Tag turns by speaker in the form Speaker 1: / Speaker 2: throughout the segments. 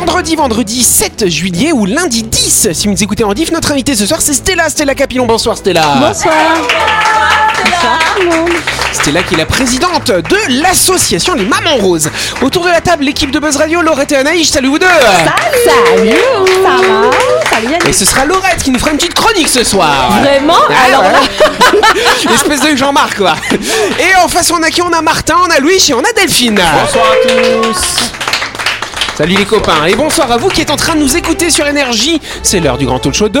Speaker 1: mercredi, vendredi 7 juillet ou lundi 10. Si vous nous écoutez en diff, notre invitée ce soir, c'est Stella, Stella Capillon. Bonsoir Stella.
Speaker 2: Bonsoir. Bonsoir tout le monde.
Speaker 1: Stella qui est la présidente de l'association Les Mamans Roses. Autour de la table, l'équipe de Buzz Radio, Laurette et Anaïs, salut vous deux
Speaker 2: Salut. Ça va Salut
Speaker 1: Et ce sera Laurette qui nous fera une petite chronique ce soir
Speaker 2: Vraiment
Speaker 1: Ah,
Speaker 2: Alors
Speaker 1: voilà.
Speaker 2: là,
Speaker 1: Espèce de Jean-Marc quoi Et en face on a qui On a Martin, on a Louis et on a Delphine
Speaker 3: Bonsoir à tous.
Speaker 1: Salut les copains et bonsoir à vous qui êtes en train de nous écouter sur énergie C'est l'heure du grand talk show de...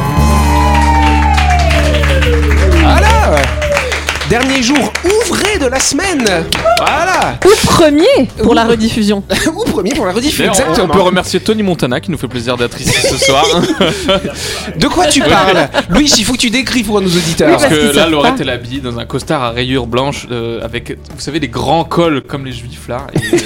Speaker 1: Voilà Dernier jour ouvré de la semaine Voilà
Speaker 2: ou premier pour la rediffusion.
Speaker 1: Ou premier pour la rediff,
Speaker 3: D'ailleurs, on-
Speaker 1: exactement
Speaker 3: On peut remercier Tony Montana qui nous fait plaisir d'être ici ce soir.
Speaker 1: De quoi tu parles Louis, il faut que tu décris pour nos auditeurs
Speaker 3: parce que
Speaker 2: qu'ils
Speaker 3: là,
Speaker 2: savent
Speaker 3: Laurette,
Speaker 2: pas.
Speaker 3: elle est habillée dans un costard à rayures blanches euh, avec, vous savez, des grands cols comme les juifs là. Et, euh,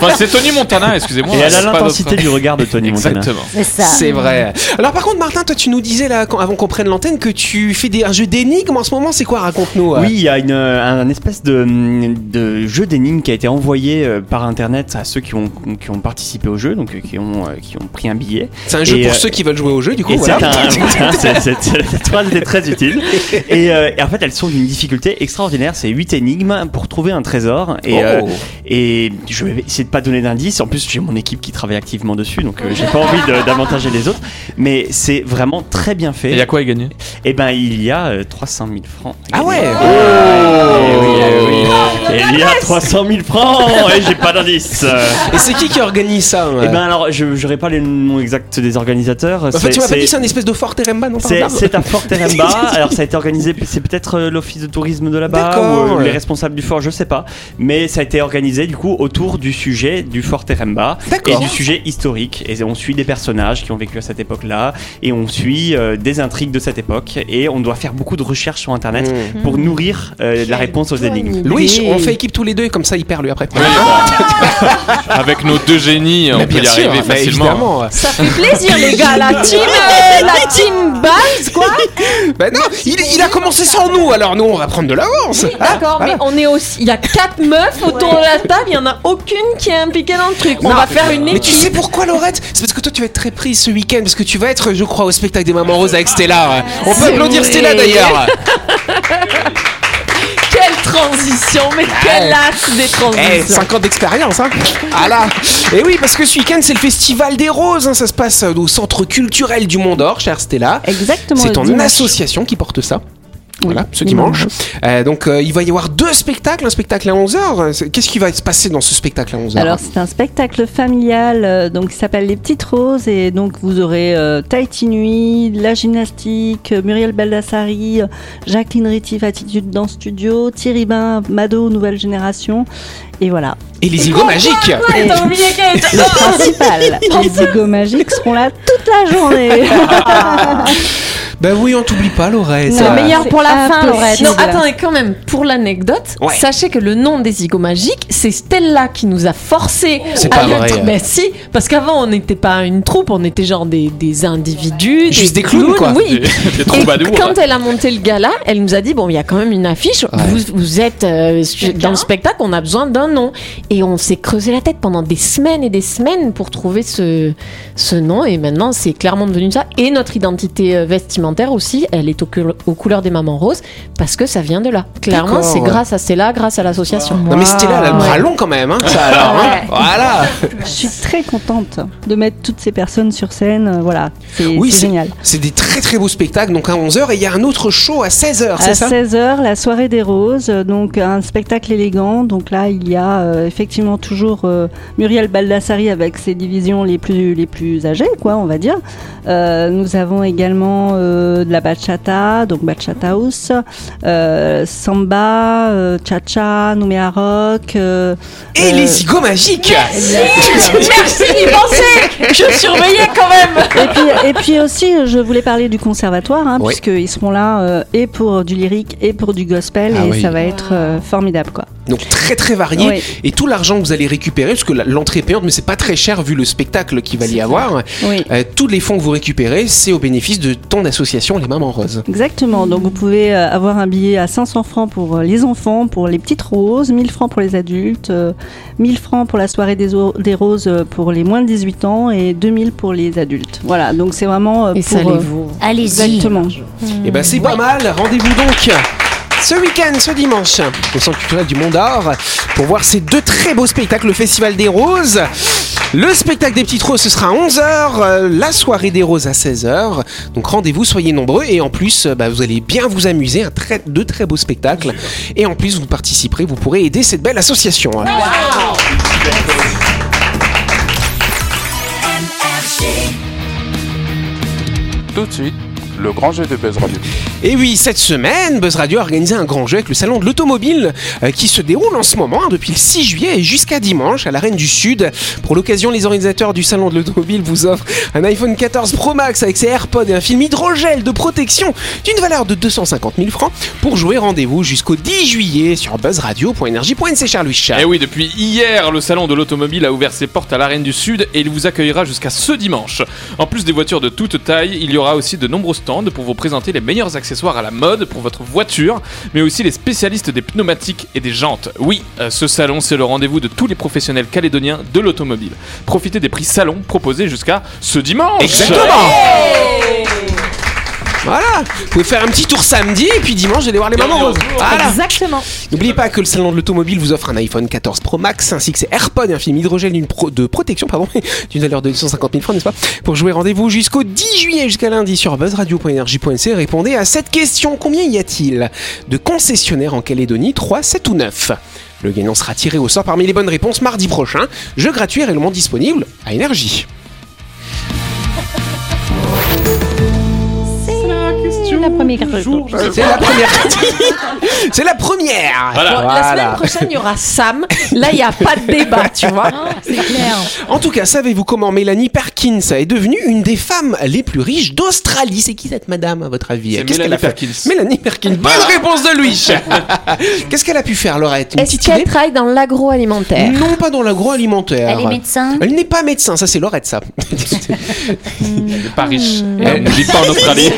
Speaker 3: Enfin, c'est Tony Montana, excusez-moi.
Speaker 4: Et elle a
Speaker 3: c'est pas
Speaker 4: l'intensité
Speaker 3: d'autre-
Speaker 4: du regard de Tony Montana.
Speaker 3: Exactement.
Speaker 2: C'est ça.
Speaker 1: C'est vrai. Alors par contre, Martin, toi, tu nous disais là, quand- avant qu'on prenne l'antenne, que tu fais des, un jeu d'énigmes en ce moment. C'est quoi Raconte-nous. euh.
Speaker 4: Oui, il y a une, euh, un espèce de, de jeu d'énigmes qui a été envoyé euh, par internet à ceux qui ont, qui ont participé au jeu, donc euh, qui ont, euh, qui ont pris un billet.
Speaker 1: C'est un jeu
Speaker 4: Et,
Speaker 1: pour
Speaker 4: euh,
Speaker 1: ceux qui veulent jouer au jeu, du coup.
Speaker 4: et
Speaker 1: Voilà.
Speaker 4: c'est un- Putain, c'est- c'est- cette phrase était très utile. Et, euh, et en fait, elles sont d'une difficulté extraordinaire. C'est 8 énigmes pour trouver un trésor. Et,
Speaker 1: Oh.
Speaker 4: euh, et je vais essayer de pas donner d'indices. En plus, j'ai mon équipe qui travaille activement dessus, donc euh, j'ai pas envie de- d'avantager les autres. Mais c'est vraiment très bien
Speaker 3: Et
Speaker 4: fait.
Speaker 3: il y a quoi à gagner
Speaker 4: Et ben, il y a euh, 300 000 francs. Eh
Speaker 1: Ah ouais. Oh.
Speaker 4: Et eh Ah, il y a 300 000 francs et j'ai pas d'indice. Euh,
Speaker 1: Et c'est qui qui organise ça hein
Speaker 4: Eh ben alors, je n'aurai pas les noms exacts des organisateurs.
Speaker 1: Bah, En fait,
Speaker 4: C'est-
Speaker 1: tu m'as pas
Speaker 4: c'est-
Speaker 1: dit que c'est un espèce de fort RMB, non par
Speaker 4: c'est
Speaker 1: hasard
Speaker 4: c'est à Fort Teremba. Alors ça a été organisé, c'est peut-être euh, l'office de tourisme de là-bas
Speaker 1: D'accord,
Speaker 4: ou euh,
Speaker 1: ouais.
Speaker 4: les responsables du fort, je sais pas. Mais ça a été organisé du coup autour du sujet du Fort Teremba et
Speaker 1: D'accord.
Speaker 4: du sujet historique. Et on suit des personnages qui ont vécu à cette époque-là et on suit euh, des intrigues de cette époque. Et on doit faire beaucoup de recherches sur Internet
Speaker 5: Hmm.
Speaker 4: pour nourrir euh, la réponse aux énigmes.
Speaker 1: Louis, Hmm. on fait équipe tous les deux et comme ça il perd lui après.
Speaker 3: bah, Avec nos deux génies, on
Speaker 1: Ah Mais
Speaker 3: peut y
Speaker 1: bien sûr,
Speaker 3: arriver
Speaker 1: mais
Speaker 3: facilement.
Speaker 1: évidemment.
Speaker 2: Ça fait plaisir les gars, la team,
Speaker 1: Ah,
Speaker 2: euh, la team Buzz quoi.
Speaker 1: Ben non, il, il a commencé sans nous, alors nous on va prendre de l'avance. Ah,
Speaker 2: D'accord, mais on est aussi. Il y a quatre meufs autour de la table, il y en a aucune qui est impliquée dans le truc. On
Speaker 1: Non,
Speaker 2: va faire une
Speaker 1: Mais tu
Speaker 2: équipe.
Speaker 1: sais pourquoi Laurette C'est parce que toi tu vas être très prise ce week-end parce que tu vas être, je crois, au spectacle des Mamans Roses avec Stella. On peut
Speaker 2: C'est
Speaker 1: applaudir
Speaker 2: vrai.
Speaker 1: Stella d'ailleurs.
Speaker 2: Quelle transition, mais quelle lâche des
Speaker 1: Eh,
Speaker 2: transitions.
Speaker 1: 50 d'expérience, hein Ah là Et oui, parce que ce week-end, c'est le Festival des Roses, hein, ça se passe euh, au Centre Culturel du Mont d'Or, chère Stella.
Speaker 2: Exactement.
Speaker 1: C'est
Speaker 2: le
Speaker 1: ton
Speaker 2: dimanche.
Speaker 1: association qui porte ça.
Speaker 2: Oui,
Speaker 1: Voilà, ce
Speaker 2: dimanche.
Speaker 1: dimanche. Euh, donc, euh, il va y avoir deux spectacles, un spectacle à 11h. Qu'est-ce qui va se passer dans ce spectacle à 11h
Speaker 6: Alors c'est un spectacle familial euh, donc qui s'appelle Les Petites Roses et donc vous aurez euh, Tahiti Nui, la gymnastique, euh, Muriel Baldassari, euh, Jacqueline Rétif Attitude dans Studio, Thierry Bain, Mado Nouvelle Génération et voilà.
Speaker 1: Et les igos magiques
Speaker 2: Ouais, t'as oublié qu'elle était-
Speaker 6: Le principal, les égos magiques seront là toute la journée.
Speaker 1: Ben oui, on t'oublie pas, Laurette.
Speaker 6: C'est Non, mais il y a-
Speaker 2: meilleur pour la fin,
Speaker 6: impossible.
Speaker 2: Laurette. Non, attendez, quand même, pour l'anecdote,
Speaker 1: Ouais.
Speaker 2: sachez que le nom des zigots magiques, c'est Stella qui nous a forcé
Speaker 1: Oh, C'est
Speaker 2: à
Speaker 1: pas
Speaker 2: le
Speaker 1: vrai.
Speaker 2: tr- Mais si, parce qu'avant, on n'était pas une troupe, on était genre des, des individus.
Speaker 1: Juste des clowns, quoi.
Speaker 2: Oui.
Speaker 3: Des- des
Speaker 2: Et
Speaker 3: troubadours.
Speaker 2: quand
Speaker 1: hein.
Speaker 2: elle a monté le gala, elle nous a dit bon, il y a quand même une affiche. Vous, vous êtes euh, su- dans le spectacle, on a besoin d'un nom. Et on s'est creusé la tête pendant des semaines et des semaines pour trouver ce, ce nom. Et maintenant, c'est clairement devenu ça. Et notre identité euh, vestimentaire aussi, elle est aux, cou- aux couleurs des mamans roses parce que ça vient de là. Clairement,
Speaker 1: D'accord,
Speaker 2: c'est
Speaker 1: ouais.
Speaker 2: grâce à Stella, grâce à l'association.
Speaker 1: Non, mais Stella, elle a le bras
Speaker 2: Ouais.
Speaker 1: long quand même, hein, ça alors. hein. Voilà
Speaker 6: Je suis très contente de mettre toutes ces personnes sur scène, euh, voilà, c'est
Speaker 1: Oui,
Speaker 6: c'est génial.
Speaker 1: C'est des très très beaux spectacles, donc à 11h, et il y a un autre show à 16h, c'est
Speaker 6: À
Speaker 1: ça
Speaker 6: 16h, la soirée des roses, euh, donc un spectacle élégant. Donc là, il y a euh, effectivement toujours euh, Muriel Baldassari avec ses divisions les plus, les plus âgées, quoi, on va dire. Euh, nous avons également euh, de la bachata, donc bachata house, euh, samba, euh, cha-cha, Nouméa rock. euh,
Speaker 1: Et
Speaker 6: euh,
Speaker 1: les zigots magiques
Speaker 2: Merci d'y penser Je surveillais quand même
Speaker 6: Et puis puis, et puis aussi, je voulais parler du conservatoire, hein,
Speaker 1: Oui.
Speaker 6: puisqu'ils seront là euh, et pour du lyrique et pour du gospel,
Speaker 1: Ah
Speaker 6: et
Speaker 1: oui.
Speaker 6: ça va être euh, formidable, quoi.
Speaker 1: Donc très très varié.
Speaker 6: Oui.
Speaker 1: Et tout l'argent que vous allez récupérer, parce que la- l'entrée est payante, mais c'est pas très cher vu le spectacle qu'il va y avoir,
Speaker 6: Oui.
Speaker 1: euh, tous les fonds que vous récupérez, c'est au bénéfice de ton association Les Mamans Roses.
Speaker 6: Exactement, donc vous pouvez euh, avoir un billet à 500 francs pour euh, les enfants, pour les petites roses, 1000 francs pour les adultes, euh, 1000 francs pour la soirée des, o- des roses euh, pour les moins de 18 ans et 2000 pour les adultes. Voilà, donc c'est vraiment euh,
Speaker 2: Et
Speaker 6: pour...
Speaker 2: ça
Speaker 6: euh,
Speaker 2: les vaut.
Speaker 5: Allez-y.
Speaker 6: exactement.
Speaker 1: Et ben c'est pas mal. Rendez-vous donc ce week-end, ce dimanche, au Centre culturel du Mont d'Or, pour voir ces deux très beaux spectacles, le Festival des Roses. Le spectacle des petites roses, ce sera à 11h, euh, la soirée des roses à 16h. Donc rendez-vous, soyez nombreux. Et en plus, euh, bah, vous allez bien vous amuser. Un très, deux très beaux spectacles. Et en plus, vous participerez, vous pourrez aider cette belle association.
Speaker 3: Tout de suite.
Speaker 7: Le grand jeu de Buzz Radio.
Speaker 1: Et oui, cette semaine, Buzz Radio a organisé un grand jeu avec le salon de l'automobile euh, qui se déroule en ce moment hein, depuis le 6 juillet et jusqu'à dimanche à l'Arène du Sud. Pour l'occasion, les organisateurs du salon de l'automobile vous offrent un iPhone 14 Pro Max avec ses AirPods et un film hydrogel de protection d'une valeur de 250 000 francs. Pour jouer, rendez-vous jusqu'au 10 juillet sur buzzradio.energie.nc Charles-Louis Chat.
Speaker 3: Eh oui, depuis hier, le salon de l'automobile a ouvert ses portes à l'arène du Sud et il vous accueillera jusqu'à ce dimanche. En plus des voitures de toute taille, il y aura aussi de nombreux stands pour vous présenter les meilleurs accessoires à la mode pour votre voiture, mais aussi les spécialistes des pneumatiques et des jantes. Oui, euh, ce salon, c'est le rendez-vous de tous les professionnels calédoniens de l'automobile. Profitez des prix salon proposés jusqu'à ce dimanche.
Speaker 1: Exactement Voilà, vous pouvez faire un petit tour samedi et puis dimanche, allez voir les mamans roses. Voilà.
Speaker 5: Exactement.
Speaker 1: N'oubliez pas que le salon de l'automobile vous offre un iPhone 14 Pro Max ainsi que ses AirPods et un film hydrogène d'une pro- de protection pardon d'une valeur de 250 000 francs, n'est-ce pas Pour jouer rendez-vous jusqu'au 10 juillet jusqu'à lundi sur buzzradio.energie.nc, répondez à cette question combien y a-t-il de concessionnaires en Calédonie 3, 7 ou 9 Le gagnant sera tiré au sort parmi les bonnes réponses mardi prochain. Jeu gratuit et règlement disponible à Énergie.
Speaker 5: La première carte.
Speaker 1: C'est la première. C'est la première.
Speaker 3: Voilà.
Speaker 2: La semaine prochaine, il y aura Sam. Là, il n'y a pas de débat, tu vois.
Speaker 5: Ah, C'est clair.
Speaker 1: En tout cas, savez-vous comment Mélanie Perkins est devenue une des femmes les plus riches d'Australie C'est qui cette madame, à votre avis
Speaker 3: C'est
Speaker 1: Qu'est-ce qu'elle a
Speaker 3: Mélanie
Speaker 1: fait
Speaker 3: Perkins.
Speaker 1: Mélanie Perkins. Bonne réponse de Louis Qu'est-ce qu'elle a pu faire, Laurette Une
Speaker 2: Est-ce
Speaker 1: petite
Speaker 2: qu'elle
Speaker 1: idée
Speaker 2: travaille dans l'agroalimentaire
Speaker 1: Non, pas dans l'agroalimentaire.
Speaker 5: Elle est médecin.
Speaker 1: Elle n'est pas médecin, ça c'est Laurette, ça.
Speaker 3: Elle n'est pas riche. Et
Speaker 1: Euh,
Speaker 3: elle ne vit pas en Australie.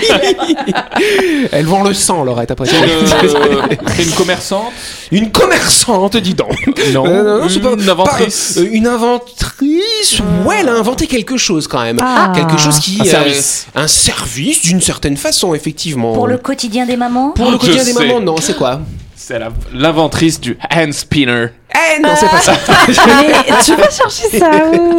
Speaker 1: Elle vend le sang, Laurette, après ça.
Speaker 3: Euh, C'est une commerçante.
Speaker 1: Une commerçante, dis donc.
Speaker 3: Non.
Speaker 1: Euh, non, non, c'est pas-
Speaker 3: Une
Speaker 1: pas-
Speaker 3: inventrice.
Speaker 1: euh, une inventrice Ouais, elle a inventé quelque chose quand même.
Speaker 5: Ah.
Speaker 1: Quelque chose qui.
Speaker 3: Un
Speaker 1: euh,
Speaker 3: service.
Speaker 1: un service, d'une certaine façon, effectivement.
Speaker 5: Pour le quotidien des mamans.
Speaker 1: Pour le
Speaker 3: Je
Speaker 1: quotidien des
Speaker 3: sais.
Speaker 1: mamans, non, c'est quoi
Speaker 3: C'est la- l'inventrice du hand spinner.
Speaker 1: Eh non, c'est pas ça.
Speaker 2: Mais tu vas chercher ça où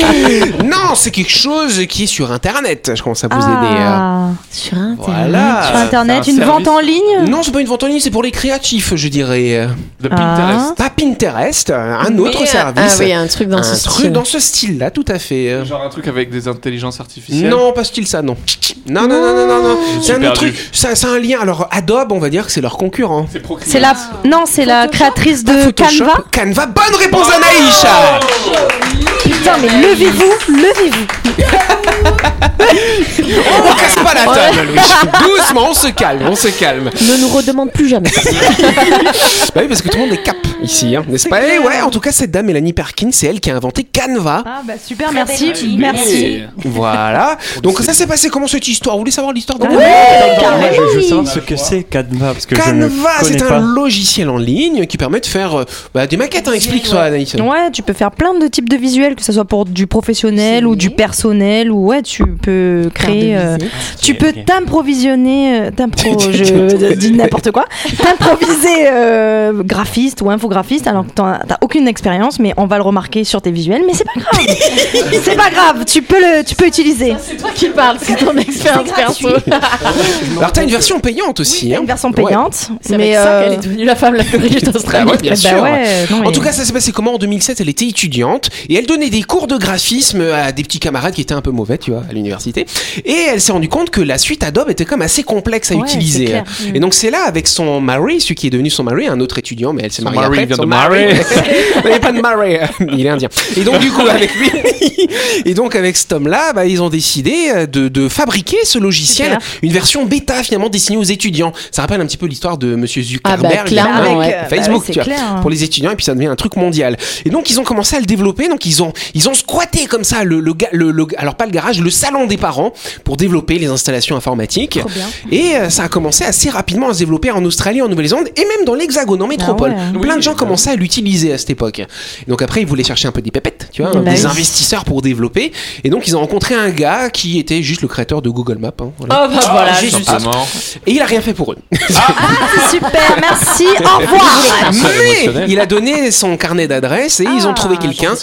Speaker 1: Non, c'est quelque chose qui est sur Internet. Je commence à vous aider. hein.
Speaker 5: Ah.
Speaker 2: Sur Internet.
Speaker 1: Voilà.
Speaker 5: Sur Internet,
Speaker 3: c'est un
Speaker 5: une
Speaker 3: service.
Speaker 5: vente en ligne.
Speaker 1: Non, c'est pas une vente en ligne, c'est pour les créatifs, je dirais.
Speaker 3: De
Speaker 5: Ah.
Speaker 3: Pinterest.
Speaker 1: Pas Pinterest, un autre
Speaker 2: Mais,
Speaker 1: service.
Speaker 2: Ah oui, un truc dans
Speaker 1: un
Speaker 2: ce
Speaker 1: truc
Speaker 2: style.
Speaker 1: dans ce style-là, tout à fait.
Speaker 3: Genre un truc avec des intelligences artificielles.
Speaker 1: Non, pas style ça, non. Non, non, non, non, non, non. C'est un
Speaker 3: Super
Speaker 1: autre
Speaker 3: Duc.
Speaker 1: truc. Ça, ça a un lien. Alors, Adobe, on va dire que c'est leur concurrent.
Speaker 3: C'est Procreate.
Speaker 5: C'est la. Non, c'est la créatrice
Speaker 2: Euh,
Speaker 5: de
Speaker 1: Photoshop.
Speaker 5: Canva.
Speaker 1: Canva, bonne réponse Anaïcha
Speaker 5: Putain, mais levez-vous, levez-vous.
Speaker 3: Oh
Speaker 1: On ne casse pas la table, Louis. Doucement, on se calme, on se calme.
Speaker 2: Ne nous redemande plus jamais.
Speaker 1: Bah oui, parce que tout le monde est cap ici, hein, n'est-ce pas Eh ouais, en tout cas, cette dame, Mélanie Perkins, c'est elle qui a inventé Canva.
Speaker 5: Ah bah super,
Speaker 8: Très
Speaker 5: merci,
Speaker 8: belle idée.
Speaker 5: merci.
Speaker 1: Voilà. Donc, ça s'est passé comment cette histoire Vous voulez savoir l'histoire de
Speaker 4: Moi, je veux savoir ce que c'est Canva parce que
Speaker 1: Canva,
Speaker 4: je ne
Speaker 1: c'est
Speaker 4: connais
Speaker 1: un
Speaker 4: pas.
Speaker 1: logiciel en ligne qui permet de faire euh, bah, des maquettes. hein. Explique-toi, Anaïs.
Speaker 5: Ouais, tu peux faire plein de types de visuels, que ce soit pour du professionnel ou du personnel, ou ouais, tu peux créer. euh, tu
Speaker 4: Ok,
Speaker 5: peux
Speaker 4: ok.
Speaker 5: t'improvisionner, euh, t'impro, je dis n'importe quoi, t'improviser euh, graphiste ou infographiste alors que t'en- t'as aucune expérience, mais on va le remarquer sur tes visuels, mais c'est pas grave, c'est pas grave, tu peux le, tu peux utiliser.
Speaker 2: C'est toi qui parles, c'est ton expérience perso.
Speaker 1: Alors, t'as une version payante aussi.
Speaker 5: Il y a
Speaker 1: hein.
Speaker 5: une version
Speaker 1: Ouais.
Speaker 5: payante,
Speaker 2: C'est avec
Speaker 5: mais
Speaker 2: ça
Speaker 5: euh,
Speaker 2: qu'elle est devenue la femme la plus riche d'Australie.
Speaker 1: Bah ouais, bien
Speaker 5: bah
Speaker 1: sûr.
Speaker 5: ouais, non,
Speaker 1: En
Speaker 5: mais-
Speaker 1: tout cas, ça s'est passé comment En 2007, elle était étudiante et elle donnait des cours de graphisme à des petits camarades qui étaient un peu mauvais, tu vois, à l'université. Et elle s'est rendue compte compte que la suite Adobe était comme assez complexe à
Speaker 5: Ouais, c'est
Speaker 1: utiliser. hein.
Speaker 5: clair. Mm.
Speaker 1: Et donc c'est là, avec son mari, celui qui est devenu son mari, un autre étudiant, mais elle s'est
Speaker 3: Son
Speaker 1: mariée
Speaker 3: mari
Speaker 1: après.
Speaker 3: vient
Speaker 1: son
Speaker 3: de
Speaker 1: mari.
Speaker 3: marrer.
Speaker 1: Non, il est pas de mari, il est indien. Et donc du coup avec lui, et donc avec cet homme-là, bah, ils ont décidé euh, de, de fabriquer ce logiciel,
Speaker 5: Super.
Speaker 1: une version bêta finalement destinée aux étudiants. Ça rappelle un petit peu l'histoire de Monsieur
Speaker 2: Ah
Speaker 1: Zuckerberg,
Speaker 2: bah,
Speaker 1: évidemment,
Speaker 2: clairement,
Speaker 1: ouais,
Speaker 2: ouais.
Speaker 5: euh,
Speaker 1: Facebook,
Speaker 5: bah oui,
Speaker 1: tu
Speaker 5: c'est
Speaker 1: vois
Speaker 5: clair.
Speaker 1: pour les étudiants et puis ça devient un truc mondial. Et donc ils ont commencé à le développer, donc ils ont ils ont squatté comme ça le le, ga- le, le- alors pas le garage, le salon des parents pour développer les installations informatiques.
Speaker 5: Trop bien.
Speaker 1: Et euh, ça a commencé assez rapidement à se développer en Australie, en Nouvelle-Zélande et même dans l'Hexagone, en métropole.
Speaker 5: Ah
Speaker 1: Plein de
Speaker 3: Oui,
Speaker 1: gens
Speaker 3: bah
Speaker 1: commençaient à l'utiliser à cette époque. Donc après, ils voulaient chercher un peu des pépettes, tu vois,
Speaker 5: Bah
Speaker 1: des
Speaker 5: oui.
Speaker 1: investisseurs pour développer. Et donc ils ont rencontré un gars qui était juste le créateur de Google Maps. hein, voilà.
Speaker 2: bah
Speaker 3: Ah,
Speaker 2: voilà,
Speaker 1: juste ça.
Speaker 3: Simplement.
Speaker 1: Et il a rien fait pour eux. Ah,
Speaker 5: Super, merci, au revoir.
Speaker 1: Mais
Speaker 3: émotionnel.
Speaker 1: il a donné son carnet d'adresses et ils ont trouvé quelqu'un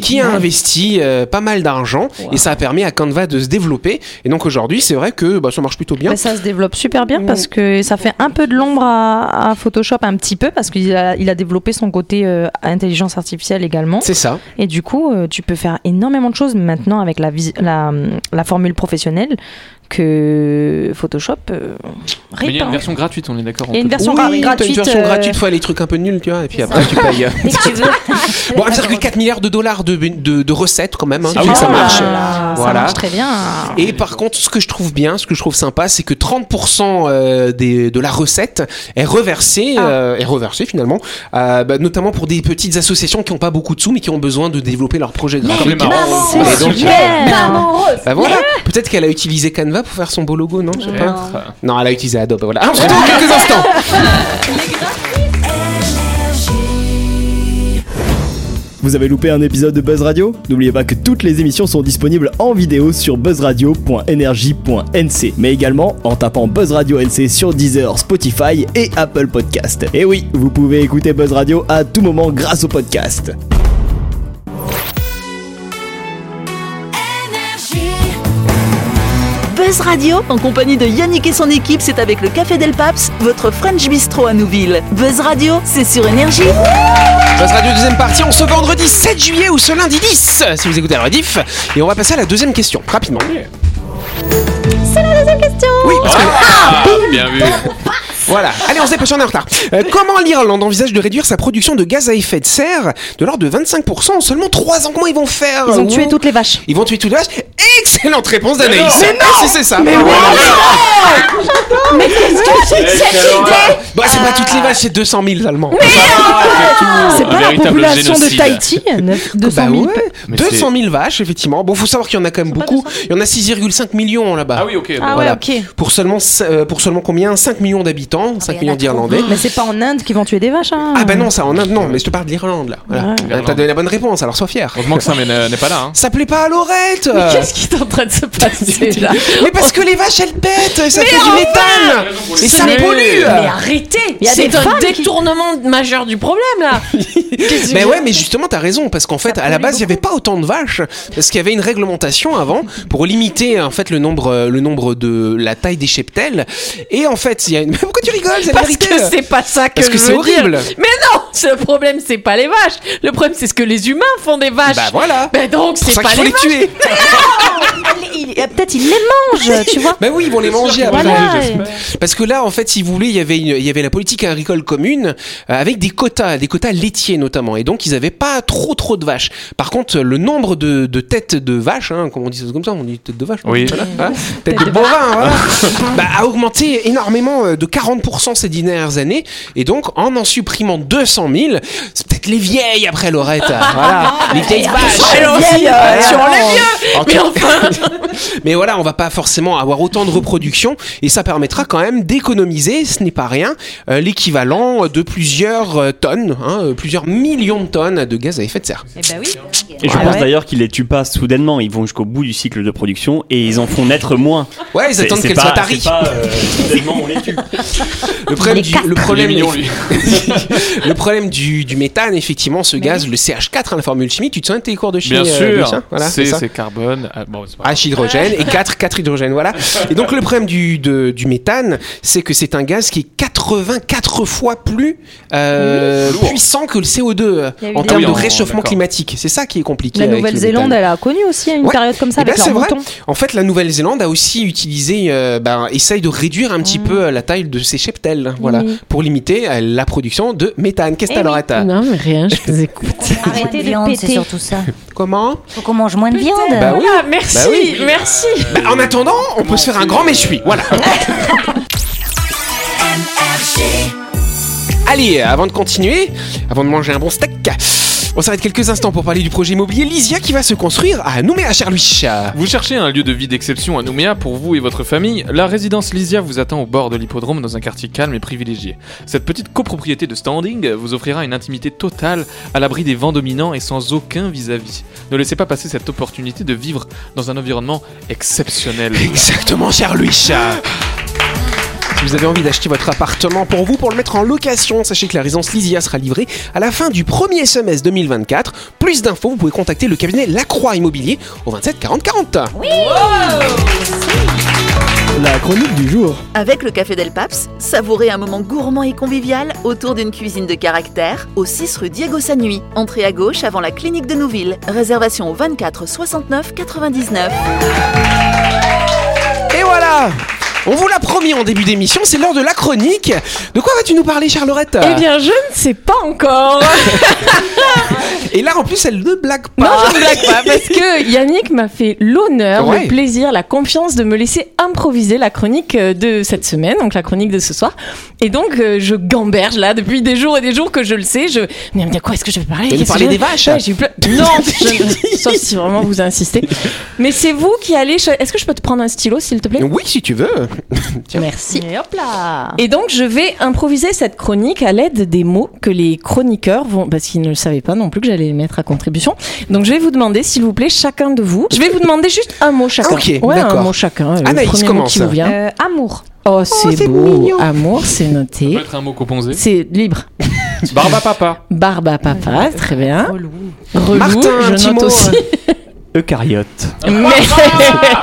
Speaker 1: qui a investi euh, pas mal d'argent et ça a permis à Canva de se développer. Et donc aujourd'hui, c'est vrai que bah, ça marche plutôt bien.
Speaker 5: Bah, ça se développe super bien parce
Speaker 1: Mm.
Speaker 5: que ça fait un peu de l'ombre à, à Photoshop un petit peu parce qu'il a, il a développé son côté euh, intelligence artificielle également
Speaker 1: C'est ça.
Speaker 5: et du coup euh, tu peux faire énormément de choses maintenant avec la, vis- la, la formule professionnelle que Photoshop euh,
Speaker 3: Mais il y a
Speaker 5: répand.
Speaker 3: une version gratuite, on est d'accord. on
Speaker 5: Et une
Speaker 3: peut-
Speaker 5: version
Speaker 1: oui,
Speaker 5: gra-
Speaker 1: t'as
Speaker 5: gratuite.
Speaker 1: Une version
Speaker 5: euh,
Speaker 1: gratuite, faut aller les trucs un peu nuls, tu vois, et puis après tu payes.
Speaker 7: Dès que tu veux.
Speaker 1: bon, 1,4 milliard de dollars de, ben- de, de recettes quand même, hein,
Speaker 3: Ah
Speaker 1: donc
Speaker 3: oui,
Speaker 1: ça
Speaker 5: Ah,
Speaker 1: marche.
Speaker 5: Ça
Speaker 1: Voilà.
Speaker 5: marche très bien.
Speaker 1: Et par contre, ce que je trouve bien, ce que je trouve sympa, c'est que 30% euh, des, de la recette est reversée, euh, est reversée finalement, euh, bah, notamment pour des petites associations qui n'ont pas beaucoup de sous mais qui ont besoin de développer leur projet
Speaker 3: Comme les
Speaker 1: graphique.
Speaker 3: marrons.
Speaker 1: Et
Speaker 5: C'est
Speaker 1: donc,
Speaker 5: super.
Speaker 1: Bah voilà, peut-être qu'elle a utilisé Canva pour faire son beau logo, non Je sais pas.
Speaker 3: Peut-être.
Speaker 1: Non, elle a utilisé Adobe, voilà. Ah, on se retrouve dans quelques instants
Speaker 9: Vous avez loupé un épisode de Buzz Radio N'oubliez pas que toutes les émissions sont disponibles en vidéo sur buzzradio.energie.nc, mais également en tapant Buzz Radio NC sur Deezer, Spotify et Apple Podcast. Et oui, vous pouvez écouter Buzz Radio à tout moment grâce au podcast.
Speaker 8: Buzz Radio, en compagnie de Yannick et son équipe, c'est avec le Café Del Paps, votre French Bistro à Nouville. Buzz Radio, c'est sur Énergie.
Speaker 1: Buzz Radio deuxième partie, on se vendredi 7 juillet ou ce lundi 10, si vous écoutez la rediff. Et on va passer à la deuxième question, rapidement.
Speaker 3: Ah, bien vu.
Speaker 1: Voilà. Allez, on se dépêche, on est en retard. Euh, comment l'Irlande envisage de réduire sa production de gaz à effet de serre de l'ordre de 25% en seulement 3 ans Comment ils vont faire
Speaker 5: Ils ont
Speaker 1: Ouh.
Speaker 5: tué toutes les vaches.
Speaker 1: Ils vont tuer tout le reste Excellente réponse d'Anaïs. Mais non Si c'est ça. Bah, c'est pas toutes les vaches, c'est 200 000 Allemands. bah Ah,
Speaker 5: C'est
Speaker 3: Un
Speaker 5: pas la
Speaker 3: véritable
Speaker 5: population de
Speaker 3: génocide.
Speaker 5: Tahiti, neuf- 200
Speaker 1: Bah
Speaker 5: 000.
Speaker 1: ouais,
Speaker 3: Mais
Speaker 1: 200 000 vaches, effectivement. Bon, faut savoir qu'il y en a quand même beaucoup. Il y en a 6,5 millions là-bas.
Speaker 3: Ah oui, ok.
Speaker 5: Ah
Speaker 1: Voilà.
Speaker 5: ouais, ok.
Speaker 1: Pour seulement, euh, pour seulement combien 5 millions
Speaker 3: Ah,
Speaker 1: d'habitants, 5 millions d'Irlandais.
Speaker 5: Mais c'est pas en Inde qu'ils vont tuer des vaches. Hein.
Speaker 1: Ah bah non, ça en Inde, non, mais je te parle de l'Irlande là. Voilà.
Speaker 3: Ouais.
Speaker 1: T'as donné la bonne réponse, alors sois fier.
Speaker 3: Heureusement que ça mais n'est n'est pas là. hein.
Speaker 1: Ça plaît pas à Laurette
Speaker 2: Mais qu'est-ce qui est en train de se passer là
Speaker 1: Mais parce que les vaches elles pètent, et ça fait du
Speaker 3: Ah,
Speaker 1: méthane Et ça
Speaker 2: Mais-
Speaker 1: pollue
Speaker 2: Mais arrêtez
Speaker 5: Il y a
Speaker 2: C'est
Speaker 5: des
Speaker 2: un
Speaker 5: femmes qui-
Speaker 2: détournement majeur du problème là Qu'est-ce que
Speaker 1: Mais
Speaker 2: vous-
Speaker 1: Ben ouais, mais justement, t'as raison, parce qu'en fait, à la base, il n'y avait pas autant de vaches, parce qu'il y avait une réglementation avant pour limiter en fait le nombre, euh, le nombre de la taille des cheptels. Et en fait, il y a une. Mais pourquoi tu rigoles C'est la
Speaker 2: Parce
Speaker 1: vérité.
Speaker 2: que c'est pas ça que
Speaker 1: Parce que
Speaker 2: je
Speaker 1: c'est
Speaker 2: veux dire.
Speaker 1: horrible.
Speaker 2: Mais non c'est- Le problème, c'est pas les vaches. Le problème, c'est ce que les humains font des vaches.
Speaker 1: Bah voilà.
Speaker 2: Bah donc,
Speaker 1: C'est
Speaker 2: c'est
Speaker 1: pour ça
Speaker 2: pas
Speaker 1: qu'il faut
Speaker 2: les
Speaker 1: les
Speaker 2: vaches.
Speaker 1: tuer.
Speaker 5: Il- Peut-être ils les mangent, tu vois.
Speaker 1: Bah oui, ils vont les manger après.
Speaker 5: Voilà.
Speaker 1: Parce que là, en fait, si vous voulez, il y avait une- il y avait la politique agricole commune euh, avec des quotas, des quotas laitiers notamment, et donc ils n'avaient pas trop trop de vaches. Par contre, le nombre de, de têtes de vaches, hein, comment on dit ça comme ça, on dit tête de vache,
Speaker 3: Oui.
Speaker 1: voilà, hein, tête de bovin, voilà, bah, a augmenté énormément euh, de 40% ces dernières années, et donc en en supprimant 200 000, c'est peut-être les vieilles après Lorette, voilà,
Speaker 5: Ah,
Speaker 1: les vieilles vaches.
Speaker 2: Alors,
Speaker 5: vieilles,
Speaker 2: si,
Speaker 5: euh,
Speaker 2: tu enlèves bien.
Speaker 1: En
Speaker 2: Mais
Speaker 1: tout-
Speaker 2: enfin,
Speaker 1: mais voilà, on va pas forcément avoir autant de reproduction et ça permettra quand même d'économiser, ce n'est pas rien, euh, l'équivalent de plusieurs euh, tonnes, hein, euh, plusieurs millions de tonnes de gaz à effet de serre.
Speaker 5: Eh
Speaker 4: Et je
Speaker 5: Ah
Speaker 4: pense
Speaker 5: ouais.
Speaker 4: d'ailleurs qu'ils les tuent pas soudainement, ils vont jusqu'au bout du cycle de production et ils en font naître moins.
Speaker 1: Ouais, ils
Speaker 4: C'est-
Speaker 1: attendent
Speaker 4: c'est
Speaker 1: qu'elles
Speaker 4: pas-
Speaker 1: soient taries.
Speaker 4: c'est pas, euh, soudainement on les tue.
Speaker 1: Le problème, du, le
Speaker 3: Il est
Speaker 1: problème,
Speaker 3: mignon, lui.
Speaker 1: le problème du, du méthane, effectivement, ce gaz, le CH4, hein, la formule chimique, tu te souviens de tes cours de chimie
Speaker 3: Bien
Speaker 1: euh,
Speaker 3: sûr.
Speaker 1: Lucien Voilà,
Speaker 3: c'est
Speaker 1: c'est ça.
Speaker 3: c'est carbone. Ah, bon, c'est pas grave.
Speaker 1: Acide gras. hydrogènes et 4, 4 hydrogènes, voilà. Et donc le problème du, de- du méthane, c'est que c'est un gaz qui est 84 fois plus euh,
Speaker 3: Mmh. Lourd.
Speaker 1: puissant que le CO2 euh,
Speaker 5: Il y a eu
Speaker 1: en
Speaker 5: des-
Speaker 1: termes
Speaker 3: Ah oui,
Speaker 1: de
Speaker 3: en-
Speaker 1: réchauffement
Speaker 3: d'accord.
Speaker 1: climatique. C'est ça qui est compliqué.
Speaker 5: La
Speaker 1: avec le
Speaker 5: Nouvelle-Zélande,
Speaker 1: méthane.
Speaker 5: elle a connu aussi une
Speaker 1: Ouais.
Speaker 5: période comme ça
Speaker 1: Eh ben,
Speaker 5: avec leurs
Speaker 1: c'est vrai.
Speaker 5: moutons.
Speaker 1: En fait, la Nouvelle-Zélande a aussi utilisé, euh, ben, essaye de réduire un
Speaker 5: Mmh.
Speaker 1: petit peu euh, la taille de ses cheptels, voilà,
Speaker 5: Oui.
Speaker 1: pour limiter euh, la production de méthane. Qu'est-ce que
Speaker 5: Eh
Speaker 1: t'as, Loretta
Speaker 5: Mmh.
Speaker 2: Non, mais rien, je vous écoute.
Speaker 7: Arrêtez de viande, c'est surtout ça.
Speaker 1: Comment
Speaker 7: Faut qu'on mange moins de viande.
Speaker 1: Bah oui.
Speaker 2: Voilà, merci,
Speaker 1: Bah oui.
Speaker 2: merci.
Speaker 1: Bah, en attendant, on peut se faire un grand méchoui. Voilà. Allez, avant de continuer, avant de manger un bon steak, on s'arrête quelques instants pour parler du projet immobilier Lysia qui va se construire à Nouméa, cher Louis.
Speaker 3: Vous cherchez un lieu de vie d'exception à Nouméa pour vous et votre famille La résidence Lysia vous attend au bord de l'hippodrome dans un quartier calme et privilégié. Cette petite copropriété de standing vous offrira une intimité totale à l'abri des vents dominants et sans aucun vis-à-vis. Ne laissez pas passer cette opportunité de vivre dans un environnement exceptionnel.
Speaker 1: Exactement, cher Louis. Si vous avez envie d'acheter votre appartement pour vous, pour le mettre en location, sachez que la résidence Lysia sera livrée à la fin du premier semestre 2024. Plus d'infos, vous pouvez contacter le cabinet Lacroix Immobilier au 27 40 40.
Speaker 9: La chronique du jour.
Speaker 8: Avec le Café Del Paps, savourez un moment gourmand et convivial autour d'une cuisine de caractère au 6 rue Diego Sanui. Entrée à gauche avant la clinique de Nouville. Réservation au 24 69 99.
Speaker 1: Et voilà on vous l'a promis en début d'émission, c'est l'heure de la chronique. De quoi vas-tu nous parler, Charlerette
Speaker 2: Eh bien, je ne sais pas encore.
Speaker 1: Et là, en plus, elle ne blague pas.
Speaker 2: Non, je ne blague pas, parce que Yannick m'a fait l'honneur,
Speaker 1: Ouais.
Speaker 2: le plaisir, la confiance de me laisser improviser la chronique euh, de cette semaine, donc la chronique de ce soir. Et donc, euh, je gamberge là depuis des jours et des jours que je le sais. Je mais de quoi est-ce que je vais parler
Speaker 1: Tu vas nous
Speaker 2: Qu'est-ce que
Speaker 1: parler
Speaker 2: je-
Speaker 1: des vaches
Speaker 2: Ouais, j'ai eu plein- Non, je- sauf si vraiment vous insistez. Mais c'est vous qui allez. Est-ce que je peux te prendre un stylo, s'il te plaît
Speaker 1: Oui, si tu veux.
Speaker 5: Merci. Et hop là.
Speaker 2: Et donc, je vais improviser cette chronique à l'aide des mots que les chroniqueurs vont, parce qu'ils ne le savaient pas non plus que j'allais les mettre à contribution. Donc, je vais vous demander, s'il vous plaît, chacun de vous, je vais vous demander juste un mot chacun.
Speaker 1: Ah, ok,
Speaker 2: ouais,
Speaker 1: d'accord.
Speaker 2: un mot chacun. Le
Speaker 1: Anaïs,
Speaker 2: premier mot
Speaker 1: commence.
Speaker 2: qui vous vient.
Speaker 5: Euh, amour.
Speaker 2: Oh, c'est
Speaker 1: c'est
Speaker 2: beau.
Speaker 1: mignon.
Speaker 2: Amour, c'est
Speaker 3: Ça
Speaker 2: noté.
Speaker 3: peut être un mot composé.
Speaker 2: C'est libre.
Speaker 3: Barba papa.
Speaker 2: Barbe à papa, très bien. Relou. Relou,
Speaker 1: Martin, un
Speaker 2: je
Speaker 1: petit
Speaker 2: note
Speaker 1: mot. hein.
Speaker 2: aussi.
Speaker 4: Eucaryote.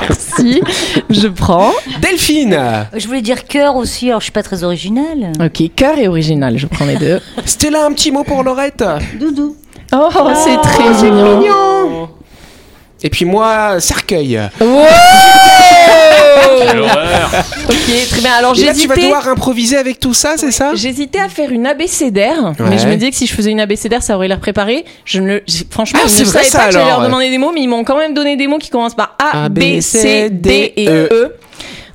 Speaker 2: Merci. Je prends.
Speaker 1: Delphine,
Speaker 7: Je voulais dire cœur aussi, alors je suis pas très originale.
Speaker 2: Ok, cœur et original, je prends les deux.
Speaker 1: Stella, un petit mot pour Laurette.
Speaker 6: Doudou.
Speaker 2: Oh, c'est très mignon.
Speaker 1: Mignon. Et puis moi, cercueil.
Speaker 3: Quelle horreur
Speaker 2: Ok, très bien. Alors
Speaker 1: Et là, tu vas
Speaker 2: j'hésitais.
Speaker 1: devoir improviser avec tout ça, c'est ça
Speaker 2: J'hésitais à faire une abécédaire,
Speaker 1: Ouais.
Speaker 2: mais je me disais que si je faisais une abécédaire, ça aurait l'air préparé. Je ne, le- j'ai- franchement,
Speaker 1: Ah,
Speaker 2: je
Speaker 1: c'est
Speaker 2: ne
Speaker 1: vrai,
Speaker 2: savais
Speaker 1: ça,
Speaker 2: pas que j'allais
Speaker 1: alors.
Speaker 2: leur demander des mots, mais ils m'ont quand même donné des mots qui commencent par A,
Speaker 1: A,
Speaker 2: B, C, D et E.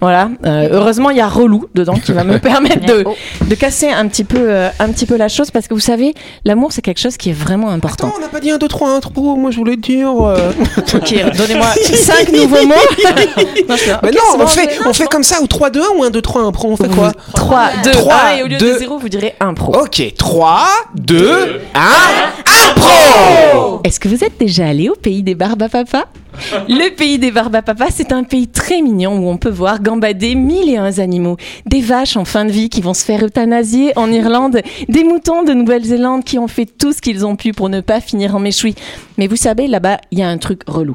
Speaker 2: Voilà. Euh, heureusement, il y a relou dedans qui va me permettre de,
Speaker 1: Oh.
Speaker 5: Oh,
Speaker 2: de casser un petit peu, euh, un petit peu la chose, parce que vous savez, l'amour c'est quelque chose qui est vraiment important.
Speaker 1: Attends, on n'a pas dit 1, 2, 3, 1, 3, oh, moi je voulais dire... euh.
Speaker 2: Ok, donnez-moi cinq nouveaux mots. non, je fais,
Speaker 1: Mais
Speaker 2: ok,
Speaker 1: non,
Speaker 2: c'est bon,
Speaker 1: on,
Speaker 2: je
Speaker 1: fait,
Speaker 2: vais-
Speaker 1: on fait comme ça, ou 3, 2, 1, ou 1, 2, 3, 1, pro, on fait quoi
Speaker 2: 3, 2,
Speaker 1: Trois,
Speaker 2: 1, et au lieu
Speaker 1: deux.
Speaker 2: de 0, vous direz un pro.
Speaker 1: Ok, 3, 2, 1, impro
Speaker 2: Est-ce que vous êtes déjà allé au pays des barbes à papa Le pays des barbes à papa, c'est un pays très mignon où on peut voir gambader mille et un animaux. Des vaches en fin de vie qui vont se faire euthanasier en Irlande, des moutons de Nouvelle-Zélande qui ont fait tout ce qu'ils ont pu pour ne pas finir en méchoui. Mais vous savez, là-bas, il y a un truc relou.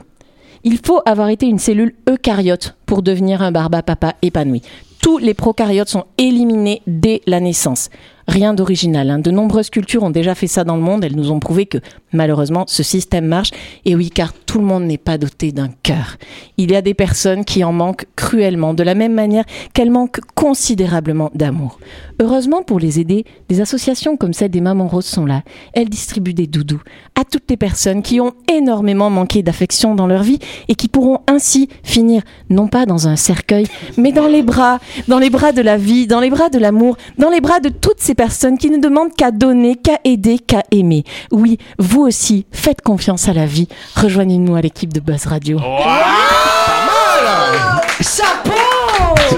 Speaker 2: Il faut avoir été une cellule eucaryote pour devenir un barba papa épanoui. Tous les procaryotes sont éliminés dès la naissance. Rien d'original. hein. De nombreuses cultures ont déjà fait ça dans le monde. Elles nous ont prouvé que, malheureusement, ce système marche. Et oui, car tout le monde n'est pas doté d'un cœur. Il y a des personnes qui en manquent cruellement, de la même manière qu'elles manquent considérablement d'amour. Heureusement, pour les aider, des associations comme celle des Mamans Roses sont là. Elles distribuent des doudous à toutes les personnes qui ont énormément manqué d'affection dans leur vie et qui pourront ainsi finir non pas dans un cercueil, mais dans les bras, dans les bras de la vie, dans les bras de l'amour, dans les bras de toutes ces personnes qui ne demandent qu'à donner, qu'à aider, qu'à aimer. Oui, vous aussi, faites confiance à la vie. Rejoignez-nous à l'équipe de Buzz Radio.
Speaker 4: Ce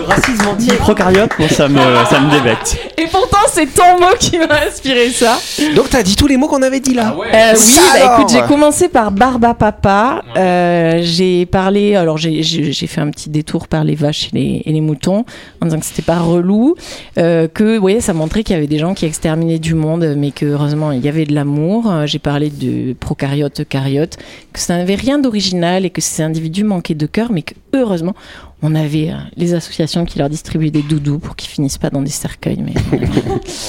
Speaker 4: racisme anti-procaryote, moi, ça me, ça me débecte.
Speaker 2: Et pourtant, c'est ton mot qui m'a inspiré ça.
Speaker 1: Donc t'as dit tous les mots qu'on avait dit là
Speaker 2: Euh, oui,
Speaker 1: Ça
Speaker 2: bah,
Speaker 1: alors
Speaker 2: écoute, j'ai commencé par Barba Papa. Euh, j'ai parlé, alors j'ai- j'ai j'ai fait un petit détour par les vaches et les, et les moutons en disant que c'était pas relou, euh, que vous voyez, ça montrait qu'il y avait des gens qui exterminaient du monde, mais que heureusement il y avait de l'amour. Euh, J'ai parlé de procaryotes, eucaryotes, que ça n'avait rien d'original et que ces individus manquaient de cœur, mais que
Speaker 5: heureusement, on avait euh, les associations qui leur distribuaient des doudous pour qu'ils finissent pas dans des cercueils. Mais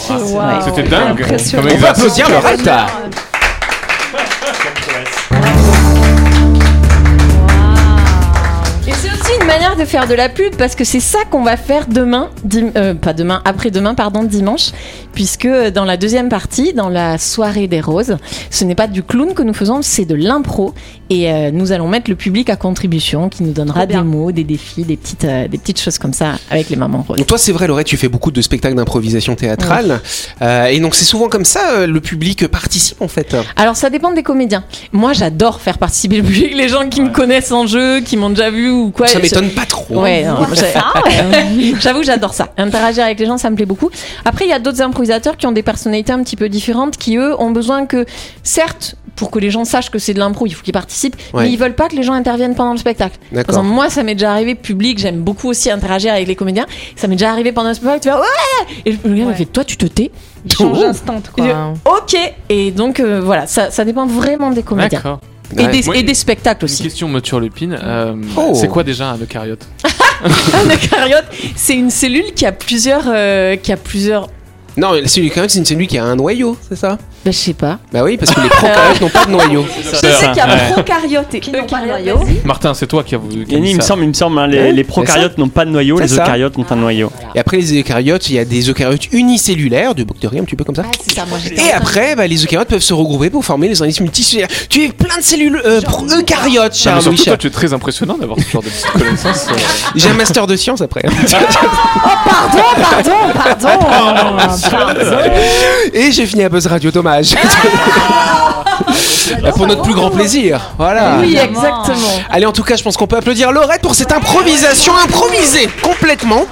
Speaker 3: Ah, C'était dingue
Speaker 5: Impressionnant.
Speaker 3: comme
Speaker 1: On peut
Speaker 3: exercice.
Speaker 1: applaudir leur acte.
Speaker 2: Et c'est aussi une manière de faire de la pub parce que c'est ça qu'on va faire demain, dim- euh, pas demain, après-demain, pardon, dimanche, puisque euh, dans la deuxième partie, dans la soirée des roses, ce n'est pas du clown que nous faisons, c'est de l'impro et euh, nous allons mettre le public à contribution qui nous donnera des mots, des défis, des petites, euh, des petites choses comme ça avec les mamans roses.
Speaker 1: Donc toi, c'est vrai, Laurette, tu fais beaucoup de spectacles d'improvisation théâtrale. Euh, et donc, c'est souvent comme ça, euh, le public participe, en fait.
Speaker 2: Alors ça dépend des comédiens. Moi j'adore faire participer le public, les gens qui me connaissent en jeu, qui m'ont déjà vu ou quoi.
Speaker 1: ça
Speaker 2: Je-
Speaker 1: m'étonne pas trop.
Speaker 2: Ouais, non, j'ai- j'avoue, j'adore ça. Interagir avec les gens, ça me plaît beaucoup. Après, il y a d'autres improvisateurs qui ont des personnalités un petit peu différentes, qui eux ont besoin que, certes, pour que les gens sachent que c'est de l'impro, il faut qu'ils participent,
Speaker 1: Ouais.
Speaker 2: mais ils veulent pas que les gens interviennent pendant le spectacle. Par
Speaker 1: D'accord.
Speaker 2: exemple, moi, ça m'est déjà arrivé public, j'aime beaucoup aussi interagir avec les comédiens. Ça m'est déjà arrivé pendant le spectacle, tu fais ouais Et le gars me
Speaker 5: Ouais.
Speaker 2: fait toi, tu te tais
Speaker 5: change instant quoi.
Speaker 2: Ok Et donc, euh, voilà, ça, ça dépend vraiment des comédiens.
Speaker 3: D'accord.
Speaker 2: Et,
Speaker 1: Ouais.
Speaker 2: des,
Speaker 3: Moi,
Speaker 2: et des spectacles
Speaker 3: Une
Speaker 2: aussi.
Speaker 3: question, Mathieu Lépine. euh,
Speaker 1: Oh.
Speaker 3: C'est quoi déjà un eucaryote
Speaker 2: Un eucaryote, c'est une cellule qui a plusieurs, euh, qui a plusieurs.
Speaker 1: Non, mais celui quand même, c'est celui qui a un noyau, c'est ça
Speaker 2: Ben, je sais pas.
Speaker 1: Bah oui, parce que les prokaryotes n'ont pas de noyau.
Speaker 2: Je sais
Speaker 4: Ça,
Speaker 2: qu'il y a
Speaker 3: ouais.
Speaker 2: prokaryotes et eucaryotes.
Speaker 3: Martin, c'est toi qui as voulu. qui as
Speaker 4: Yannick,
Speaker 3: dit
Speaker 4: il me
Speaker 3: ça.
Speaker 4: semble, il me semble, hein, les,
Speaker 1: Ouais,
Speaker 4: les
Speaker 1: c'est
Speaker 4: prokaryotes n'ont pas de noyau,
Speaker 1: C'est
Speaker 4: les
Speaker 1: ça.
Speaker 4: eucaryotes ont un noyau.
Speaker 1: Et après les eucaryotes, il y a des eucaryotes unicellulaires, de bactéries un petit peu comme ça.
Speaker 2: Ah,
Speaker 3: Ah,
Speaker 2: c'est ça, moi
Speaker 1: Et après, bah, les eucaryotes peuvent se regrouper pour former les organismes multicellulaires. Tu es plein de cellules euh, pro- eucaryotes,
Speaker 3: Non, mais
Speaker 1: cher
Speaker 3: surtout,
Speaker 1: Louis.
Speaker 3: toi, tu es très impressionnant d'avoir ce genre de petites connaissances. euh.
Speaker 1: J'ai un master de sciences après.
Speaker 5: Pardon, pardon, pardon.
Speaker 1: Et j'ai fini à Buzz Radio, dommage.
Speaker 3: Ah,
Speaker 1: Bah, pour notre plus grand plaisir. Voilà.
Speaker 2: Oui, exactement.
Speaker 1: Allez, en tout cas, je pense qu'on peut applaudir Laurette pour cette improvisation improvisée complètement.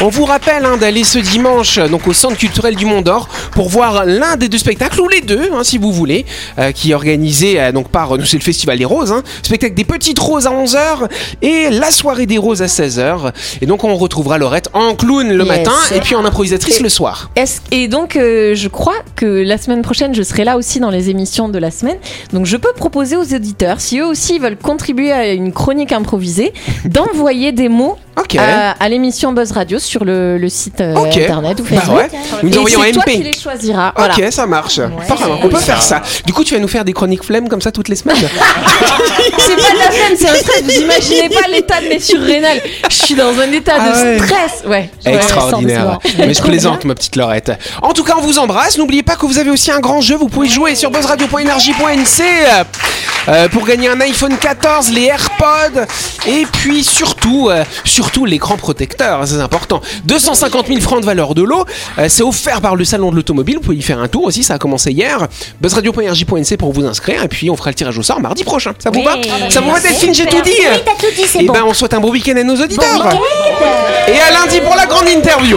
Speaker 1: On vous rappelle hein, d'aller ce dimanche euh, donc au Centre culturel du Mont d'Or pour voir l'un des deux spectacles ou les deux, hein, si vous voulez, euh, qui est organisé euh, donc par euh, nous c'est le Festival des Roses, hein, spectacle des Petites Roses à 11 h et la soirée des Roses à 16 h Et donc on retrouvera Laurette en clown le
Speaker 2: Yes.
Speaker 1: matin et puis en improvisatrice
Speaker 2: Et-
Speaker 1: le soir.
Speaker 2: Est-ce- Et donc, euh, je crois que la semaine prochaine, je serai là aussi dans les émissions de la semaine. Donc, je peux proposer aux auditeurs, si eux aussi veulent contribuer à une chronique improvisée, d'envoyer des mots
Speaker 1: Ok.
Speaker 2: à, à l'émission Buzz Radio sur le, le site euh,
Speaker 1: Ok.
Speaker 2: internet ou
Speaker 1: Bah
Speaker 2: Facebook.
Speaker 1: ouais. Nous
Speaker 2: Et
Speaker 1: envoyons
Speaker 2: c'est toi qui
Speaker 1: MP.
Speaker 2: les choisiras.
Speaker 1: Ok,
Speaker 2: Ah, Voilà.
Speaker 1: ça marche. Apparemment, on peut faire ça. Du coup, tu vas nous faire des chroniques flemmes comme ça toutes les semaines
Speaker 2: C'est pas de la flemme, c'est un stress. Vous imaginez pas l'état de mes surrénales. Je suis dans un état
Speaker 1: Ah
Speaker 2: de
Speaker 1: ouais.
Speaker 2: stress. Ouais. je me
Speaker 1: Extraordinaire.
Speaker 2: sens
Speaker 1: Mais je plaisante, ma petite Laurette. En tout cas, on vous embrasse. N'oubliez pas que vous avez aussi un grand jeu. Vous pouvez jouer sur buzzradio.energie.nc euh, pour gagner un iPhone 14, les AirPods et puis surtout, euh, surtout l'écran protecteur. C'est important. 250 000 francs de valeur de l'eau. Euh, c'est offert par le salon de l'automobile. Vous pouvez y faire un tour aussi. Ça a commencé hier. Buzzradio.energie.nc pour vous inscrire et puis on fera le tirage au sort mardi prochain. Ça vous va Ça vous va, Delphine J'ai tout dit.
Speaker 7: Oui, t'as tout dit, c'est
Speaker 1: Et
Speaker 7: bon.
Speaker 1: ben, on souhaite un beau week-end à nos auditeurs.
Speaker 7: Bon week-end.
Speaker 1: Et à lundi pour la grande interview.